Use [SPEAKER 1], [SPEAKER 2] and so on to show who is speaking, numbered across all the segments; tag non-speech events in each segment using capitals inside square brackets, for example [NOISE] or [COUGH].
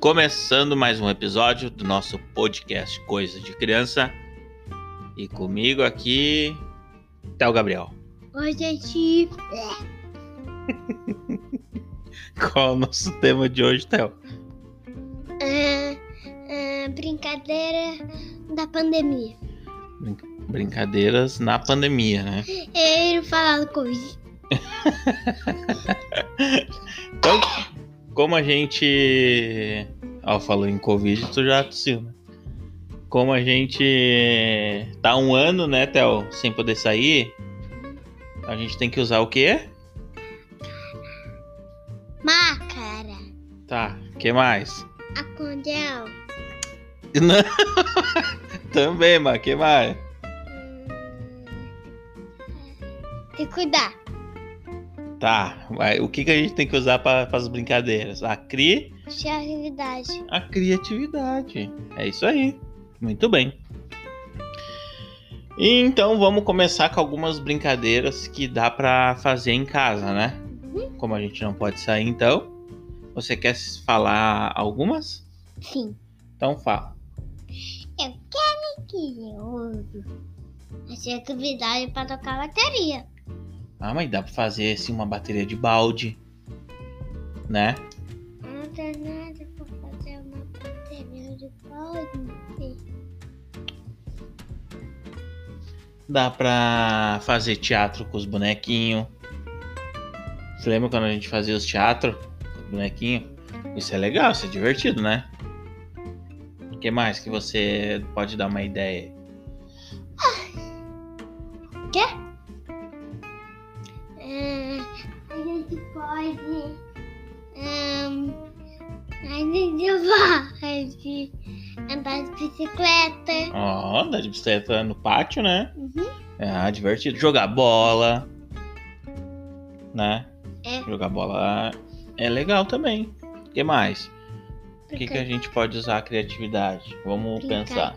[SPEAKER 1] começando mais um episódio do nosso podcast Coisa de Criança. E comigo aqui tá o Gabriel. [LAUGHS]
[SPEAKER 2] Oi, gente.
[SPEAKER 1] Qual é o nosso tema de hoje, Theo?
[SPEAKER 2] É, é, brincadeira da pandemia.
[SPEAKER 1] Brincadeiras na pandemia, né?
[SPEAKER 2] Ele falando Covid.
[SPEAKER 1] Então, como a gente. Ó, falou em Covid, tu já tossiu, né? Como a gente tá um ano, né, Theo, sem poder sair, a gente tem que usar o quê?
[SPEAKER 2] Máscara.
[SPEAKER 1] Tá, o que mais? [LAUGHS]
[SPEAKER 2] Álcool em gel.
[SPEAKER 1] Não. Também, mas que mais?
[SPEAKER 2] Hum, Tem que cuidar.
[SPEAKER 1] Tá, mas o que, que a gente tem que usar para as brincadeiras? A cri...
[SPEAKER 2] Criatividade.
[SPEAKER 1] a criatividade. É isso aí. Muito bem. Então vamos começar com algumas brincadeiras que dá pra fazer em casa, né? Como a gente não pode sair, então. Você quer falar algumas?
[SPEAKER 2] Sim.
[SPEAKER 1] Então fala.
[SPEAKER 2] Eu quero que eu uso a criatividade para tocar bateria.
[SPEAKER 1] Ah, mas dá pra fazer assim uma bateria de balde, né?
[SPEAKER 2] Eu não tenho nada para fazer uma bateria de balde.
[SPEAKER 1] Dá pra fazer teatro com os bonequinhos. Você lembra quando a gente fazia os teatros com os bonequinhos? Isso é legal, isso é divertido, né? O que mais que você pode dar uma ideia?
[SPEAKER 2] É, a gente pode. ahn, a gente pode andar de bicicleta.
[SPEAKER 1] Ó, andar de bicicleta no pátio, né?
[SPEAKER 2] Uhum.
[SPEAKER 1] Ah, divertido. Jogar bola. Né?
[SPEAKER 2] É.
[SPEAKER 1] Jogar bola é legal também. O que mais? O que, que a gente pode usar a criatividade? Vamos
[SPEAKER 2] brincar,
[SPEAKER 1] pensar.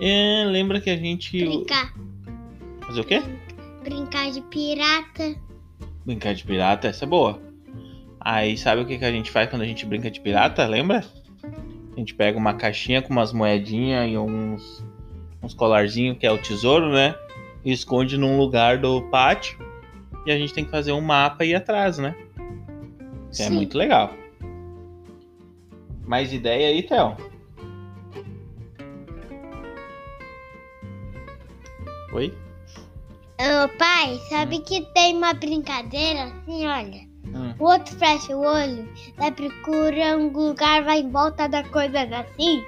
[SPEAKER 1] É, lembra que a gente.
[SPEAKER 2] Brincar.
[SPEAKER 1] Fazer o quê?
[SPEAKER 2] Brincar de pirata.
[SPEAKER 1] Brincar de pirata, essa é boa. Aí sabe o que, que a gente faz quando a gente brinca de pirata? Lembra? A gente pega uma caixinha com umas moedinhas e uns, uns colarzinhos, que é o tesouro, né? E esconde num lugar do pátio. E a gente tem que fazer um mapa e ir atrás, né? Isso é
[SPEAKER 2] Sim.
[SPEAKER 1] muito legal. Mais ideia aí, Theo? Oi?
[SPEAKER 2] Ô, pai, sabe que tem uma brincadeira assim, olha?
[SPEAKER 1] Hum.
[SPEAKER 2] O outro fecha o olho, vai procura um lugar, vai em volta da coisa assim.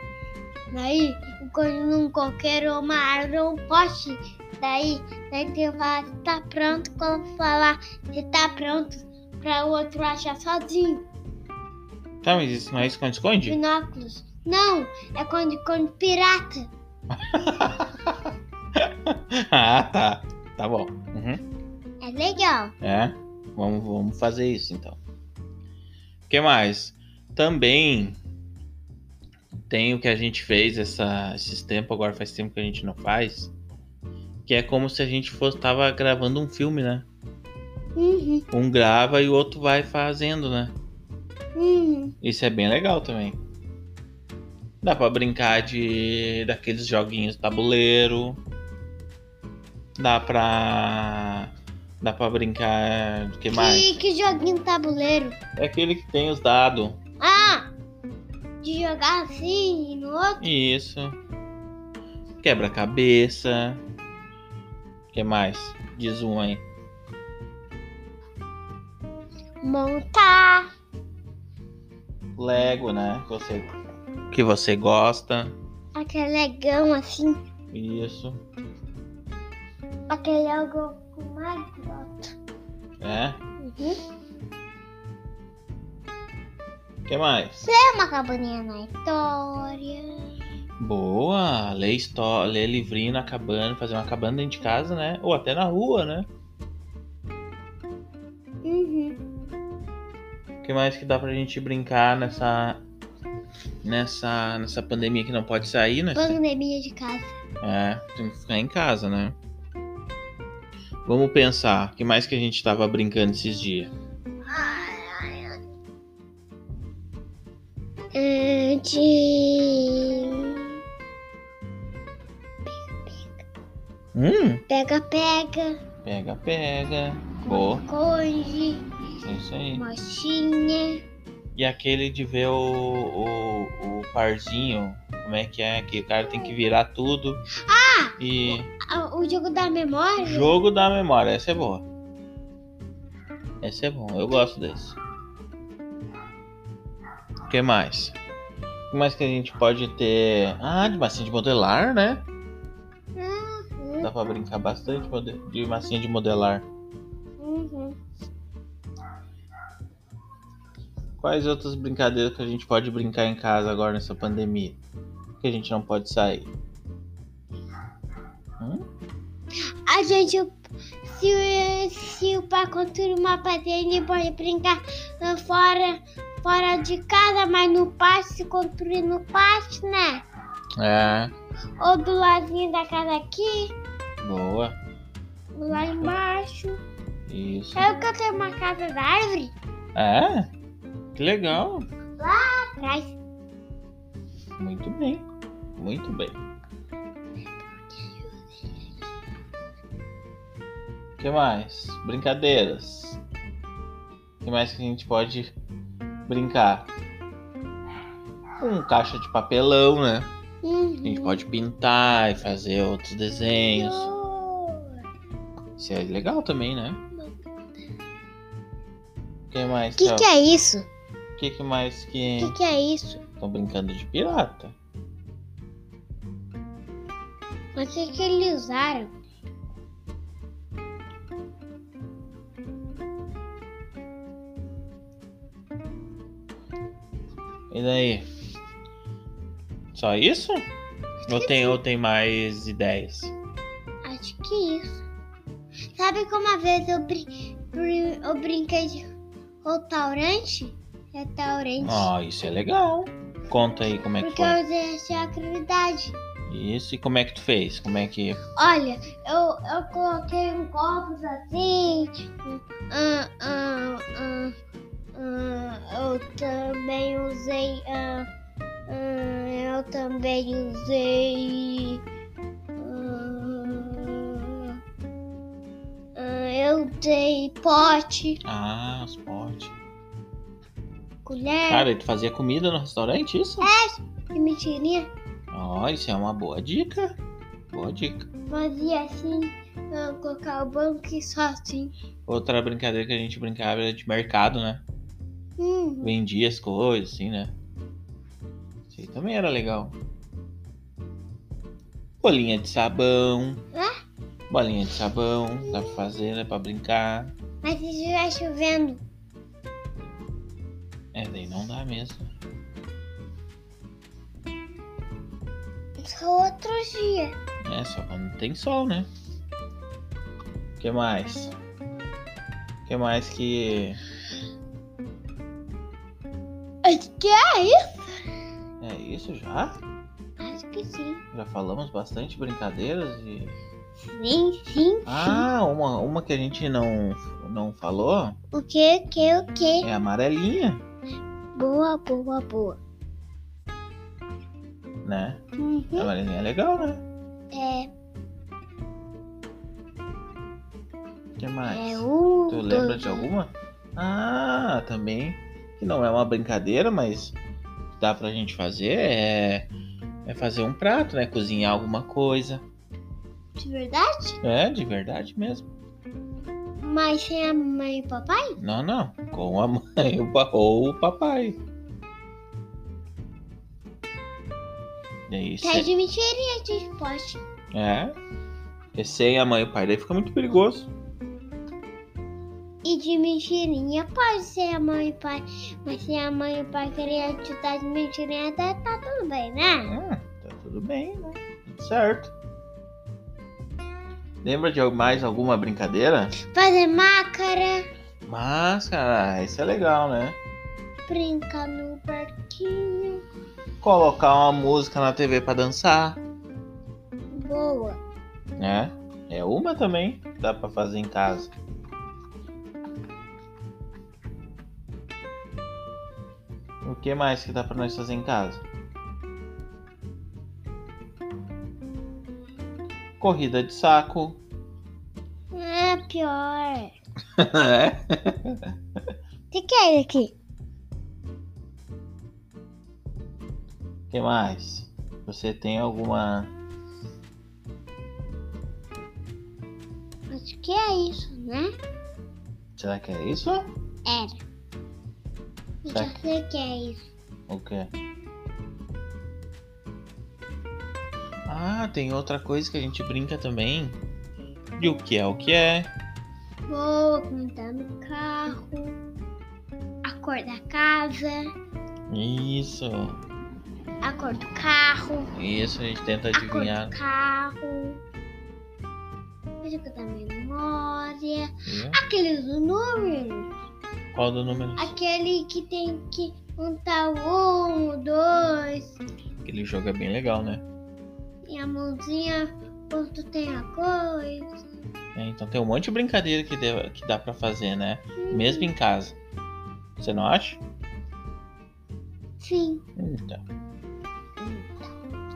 [SPEAKER 2] Daí, enquanto um coqueiro, uma árvore ou um poste. Daí, daí você fala, "Você tá pronto? Quando falar, você tá pronto pra o outro achar sozinho.
[SPEAKER 1] Tá, mas isso não é esconde-esconde? [LAUGHS]
[SPEAKER 2] Binóculos. Não, é quando quando pirata.
[SPEAKER 1] ah, tá. Tá bom. Uhum.
[SPEAKER 2] É legal.
[SPEAKER 1] É. Vamos, vamos fazer isso então. O que mais? Também tem o que a gente fez essa, esses tempos, agora faz tempo que a gente não faz. Que é como se a gente fosse tava gravando um filme, né?
[SPEAKER 2] Uhum,
[SPEAKER 1] Um grava e o outro vai fazendo, né?
[SPEAKER 2] uhum.
[SPEAKER 1] Isso é bem legal também. Dá pra brincar de daqueles joguinhos tabuleiro. Dá pra dá pra brincar do que mais?
[SPEAKER 2] Que, que joguinho tabuleiro.
[SPEAKER 1] É aquele que tem os dados.
[SPEAKER 2] Ah! De jogar assim e no outro?
[SPEAKER 1] Isso. Quebra-cabeça. O que mais? Diz um aí.
[SPEAKER 2] Montar.
[SPEAKER 1] Lego, né? Que você que você gosta.
[SPEAKER 2] Aquele legão assim.
[SPEAKER 1] Isso.
[SPEAKER 2] Aquele algo com mais grosso.
[SPEAKER 1] É.
[SPEAKER 2] Uhum.
[SPEAKER 1] O que mais?
[SPEAKER 2] É uma cabaninha na história.
[SPEAKER 1] Boa! Ler, histó- ler livrinho na cabana, fazer uma cabana dentro de casa, né? Ou até na rua, né?
[SPEAKER 2] Uhum.
[SPEAKER 1] O que mais que dá pra gente brincar nessa. Nessa, nessa pandemia que não pode sair, né?
[SPEAKER 2] Pandemia de casa.
[SPEAKER 1] É, tem que ficar em casa, né? Vamos pensar, o que mais que a gente tava brincando esses dias?
[SPEAKER 2] gente.
[SPEAKER 1] Hum,
[SPEAKER 2] Pega, pega,
[SPEAKER 1] pega, pega. Boa,
[SPEAKER 2] esconde,
[SPEAKER 1] é isso aí.
[SPEAKER 2] mochinha.
[SPEAKER 1] E aquele de ver o, o, o parzinho, como é que é, que o cara tem que virar tudo. Ah! E
[SPEAKER 2] Ah, O jogo da memória.
[SPEAKER 1] jogo da memória, essa é boa. Essa é bom, eu gosto desse. O que mais? O que mais que a gente pode ter? Ah, de massinha de modelar, né?
[SPEAKER 2] Uhum,
[SPEAKER 1] Dá pra brincar bastante mode- de massinha de modelar.
[SPEAKER 2] uhum.
[SPEAKER 1] Quais outras brincadeiras que a gente pode brincar em casa agora nessa pandemia? Que a gente não pode sair.
[SPEAKER 2] A gente, se, se o pai construir uma patente, pode brincar lá fora, fora de casa, mas no pátio, se construir no pátio, né?
[SPEAKER 1] É,
[SPEAKER 2] Ou do ladinho da casa aqui,
[SPEAKER 1] boa.
[SPEAKER 2] lá embaixo.
[SPEAKER 1] Isso.
[SPEAKER 2] Sabe que eu tenho uma casa da árvore?
[SPEAKER 1] É? Que legal.
[SPEAKER 2] Atrás.
[SPEAKER 1] Muito bem. Muito bem. O que mais? Brincadeiras. O que mais que a gente pode brincar? Um caixa de papelão, né? A gente pode pintar e fazer outros desenhos. Isso é legal também, né? O que mais?
[SPEAKER 2] O que,
[SPEAKER 1] Théo?
[SPEAKER 2] que é isso?
[SPEAKER 1] O que, que mais que.
[SPEAKER 2] O que, que é isso?
[SPEAKER 1] Estão brincando de pirata?
[SPEAKER 2] Mas o que, que eles usaram?
[SPEAKER 1] E daí? Só isso? Ou tem, ou tem mais ideias?
[SPEAKER 2] Acho que isso. Sabe como uma vez eu, brin- brin- eu brinquei de restaurante? Restaurante.
[SPEAKER 1] Ó, isso é legal. Conta aí como é que
[SPEAKER 2] Porque
[SPEAKER 1] foi.
[SPEAKER 2] eu deixei a criatividade.
[SPEAKER 1] Isso, e como é que tu fez? Como é que.
[SPEAKER 2] Olha, eu, eu coloquei um copos assim. um- ah, ah, ah, ah, eu também usei. ah, ah, eu também usei. hum, ah, ah, eu usei pote,
[SPEAKER 1] Ah, os potes.
[SPEAKER 2] colher É.
[SPEAKER 1] Cara, e tu fazia comida no restaurante, isso?
[SPEAKER 2] e mentirinha.
[SPEAKER 1] Ó, isso é uma boa dica. Boa dica.
[SPEAKER 2] Fazia assim, ah, colocar o banco e só assim.
[SPEAKER 1] Outra brincadeira que a gente brincava era de mercado, né?
[SPEAKER 2] Hum,
[SPEAKER 1] Vendia as coisas, assim, né? Isso aí também era legal. Bolinha de sabão. Bolinha de sabão. Dá pra fazer, né? Pra brincar.
[SPEAKER 2] mas se estiver chovendo.
[SPEAKER 1] É, daí não dá mesmo.
[SPEAKER 2] Só outro dia.
[SPEAKER 1] É, só quando tem sol, né? O que mais? O que mais que.
[SPEAKER 2] Acho que é.
[SPEAKER 1] É isso já?
[SPEAKER 2] Acho que sim.
[SPEAKER 1] Já falamos bastante brincadeiras e.
[SPEAKER 2] Sim, sim.
[SPEAKER 1] Ah, uma, uma que a gente não, não falou
[SPEAKER 2] O que, o que, o que?
[SPEAKER 1] é a amarelinha,
[SPEAKER 2] Boa, boa, boa.
[SPEAKER 1] né? A
[SPEAKER 2] Uhum.
[SPEAKER 1] amarelinha é legal, né?
[SPEAKER 2] É,
[SPEAKER 1] O que mais?
[SPEAKER 2] é um.
[SPEAKER 1] Tu lembra
[SPEAKER 2] dois,
[SPEAKER 1] de alguma? Ah, também. Que não é uma brincadeira, mas dá pra gente fazer é, é fazer um prato, né? Cozinhar alguma coisa.
[SPEAKER 2] De verdade?
[SPEAKER 1] É, de verdade mesmo.
[SPEAKER 2] Mas sem a mãe e o papai?
[SPEAKER 1] Não, não. Com a [LAUGHS] mãe o pa- ou o papai. É isso.
[SPEAKER 2] Tá de mentirinha de esporte.
[SPEAKER 1] É. Porque sem a mãe e o pai daí fica muito perigoso.
[SPEAKER 2] E de mentirinha pode ser a mãe e o pai. Mas se a mãe e o pai querem ajudar de mentirinha, tá, tá tudo bem, né?
[SPEAKER 1] Ah, tá tudo bem, né? Tudo certo. Lembra de mais alguma brincadeira?
[SPEAKER 2] Fazer máscara,
[SPEAKER 1] Máscara, isso é legal, né?
[SPEAKER 2] brincar no parquinho.
[SPEAKER 1] Colocar uma música na TV pra dançar,
[SPEAKER 2] Boa.
[SPEAKER 1] né? É uma também que dá pra fazer em casa. O que mais que dá pra nós fazer em casa? corrida de saco.
[SPEAKER 2] É pior.
[SPEAKER 1] É?
[SPEAKER 2] O que, que é isso aqui?
[SPEAKER 1] que mais? Você tem alguma.
[SPEAKER 2] Acho que é isso, né?
[SPEAKER 1] Será que é isso?
[SPEAKER 2] Era. Eu já
[SPEAKER 1] Certo.
[SPEAKER 2] sei que é isso.
[SPEAKER 1] O quê? Ah, tem outra coisa que a gente brinca também. De o que é o que é.
[SPEAKER 2] Vou montar no carro. A cor da casa.
[SPEAKER 1] Isso.
[SPEAKER 2] A cor do carro.
[SPEAKER 1] Isso a gente tenta
[SPEAKER 2] A cor
[SPEAKER 1] adivinhar.
[SPEAKER 2] do carro. O jogo da memória.
[SPEAKER 1] Viu?
[SPEAKER 2] Aquele do número.
[SPEAKER 1] Qual do número?
[SPEAKER 2] Aquele que tem que montar o um, o dois.
[SPEAKER 1] Aquele jogo é bem legal, né?
[SPEAKER 2] E a mãozinha quando tem a coisa.
[SPEAKER 1] É, então tem um monte de brincadeira que, deva- que dá pra fazer, né? Mesmo em casa. Você não acha?
[SPEAKER 2] Sim.
[SPEAKER 1] Então.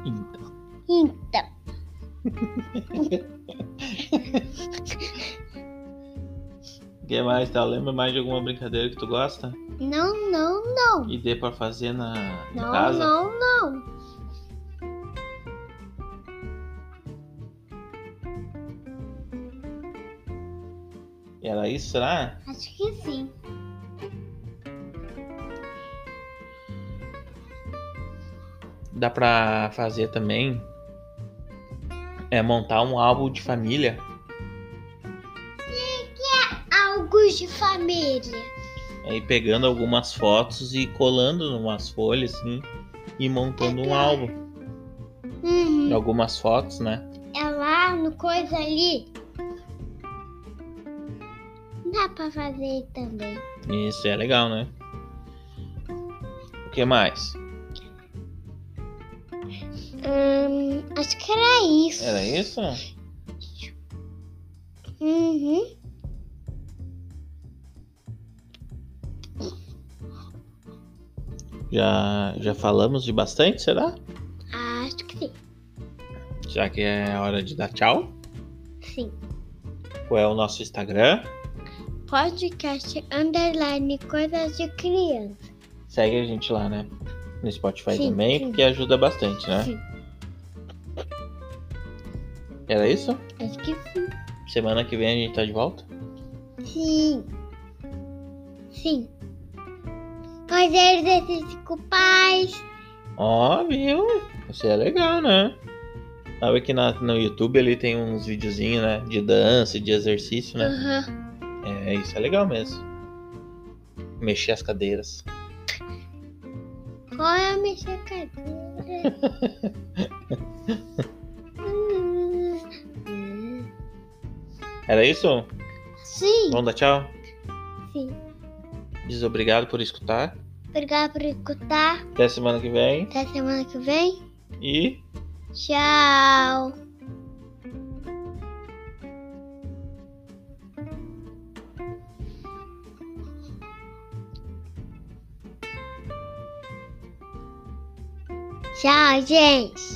[SPEAKER 1] Então.
[SPEAKER 2] Então.
[SPEAKER 1] O que mais, tá? Lembra mais de alguma brincadeira que tu gosta?
[SPEAKER 2] Não, não, não.
[SPEAKER 1] E dê pra fazer na em
[SPEAKER 2] Não,
[SPEAKER 1] casa?
[SPEAKER 2] não, não.
[SPEAKER 1] Era isso, será?
[SPEAKER 2] Acho que sim.
[SPEAKER 1] Dá pra fazer também é montar um álbum de família.
[SPEAKER 2] Algo de família.
[SPEAKER 1] Aí pegando algumas fotos e colando numas folhas, assim, e montando um álbum.
[SPEAKER 2] Uhum.
[SPEAKER 1] Algumas fotos, né?
[SPEAKER 2] É lá no coisa ali. Dá pra fazer também.
[SPEAKER 1] Isso é legal, né? O que mais?
[SPEAKER 2] Hum, acho que era isso.
[SPEAKER 1] Era isso?
[SPEAKER 2] Uhum.
[SPEAKER 1] Já, já falamos de bastante, será?
[SPEAKER 2] Acho que sim.
[SPEAKER 1] Já que é hora de dar tchau.
[SPEAKER 2] Sim.
[SPEAKER 1] Qual é o nosso Instagram?
[SPEAKER 2] Podcast underline coisas de criança.
[SPEAKER 1] Segue a gente lá, né? No Spotify
[SPEAKER 2] Sim,
[SPEAKER 1] também,
[SPEAKER 2] sim.
[SPEAKER 1] porque ajuda bastante, né?
[SPEAKER 2] Sim.
[SPEAKER 1] Era isso?
[SPEAKER 2] Acho que sim.
[SPEAKER 1] Semana que vem a gente tá de volta?
[SPEAKER 2] Sim. Sim. é, Fazer exercício com pais.
[SPEAKER 1] Ó, viu? Isso é legal, né? Sabe que na- no YouTube ali tem uns videozinhos, né? De dança, de exercício, né?
[SPEAKER 2] Uhum.
[SPEAKER 1] É, isso é legal mesmo. Mexer as cadeiras.
[SPEAKER 2] Qual é a minha
[SPEAKER 1] [LAUGHS]
[SPEAKER 2] cadeira? Hum.
[SPEAKER 1] Era isso?
[SPEAKER 2] Sim.
[SPEAKER 1] Vamos dar tchau?
[SPEAKER 2] Sim.
[SPEAKER 1] Diz obrigado por escutar.
[SPEAKER 2] Obrigada por escutar.
[SPEAKER 1] Até semana que vem.
[SPEAKER 2] Até semana que vem.
[SPEAKER 1] E.
[SPEAKER 2] Tchau. Tchau, gente.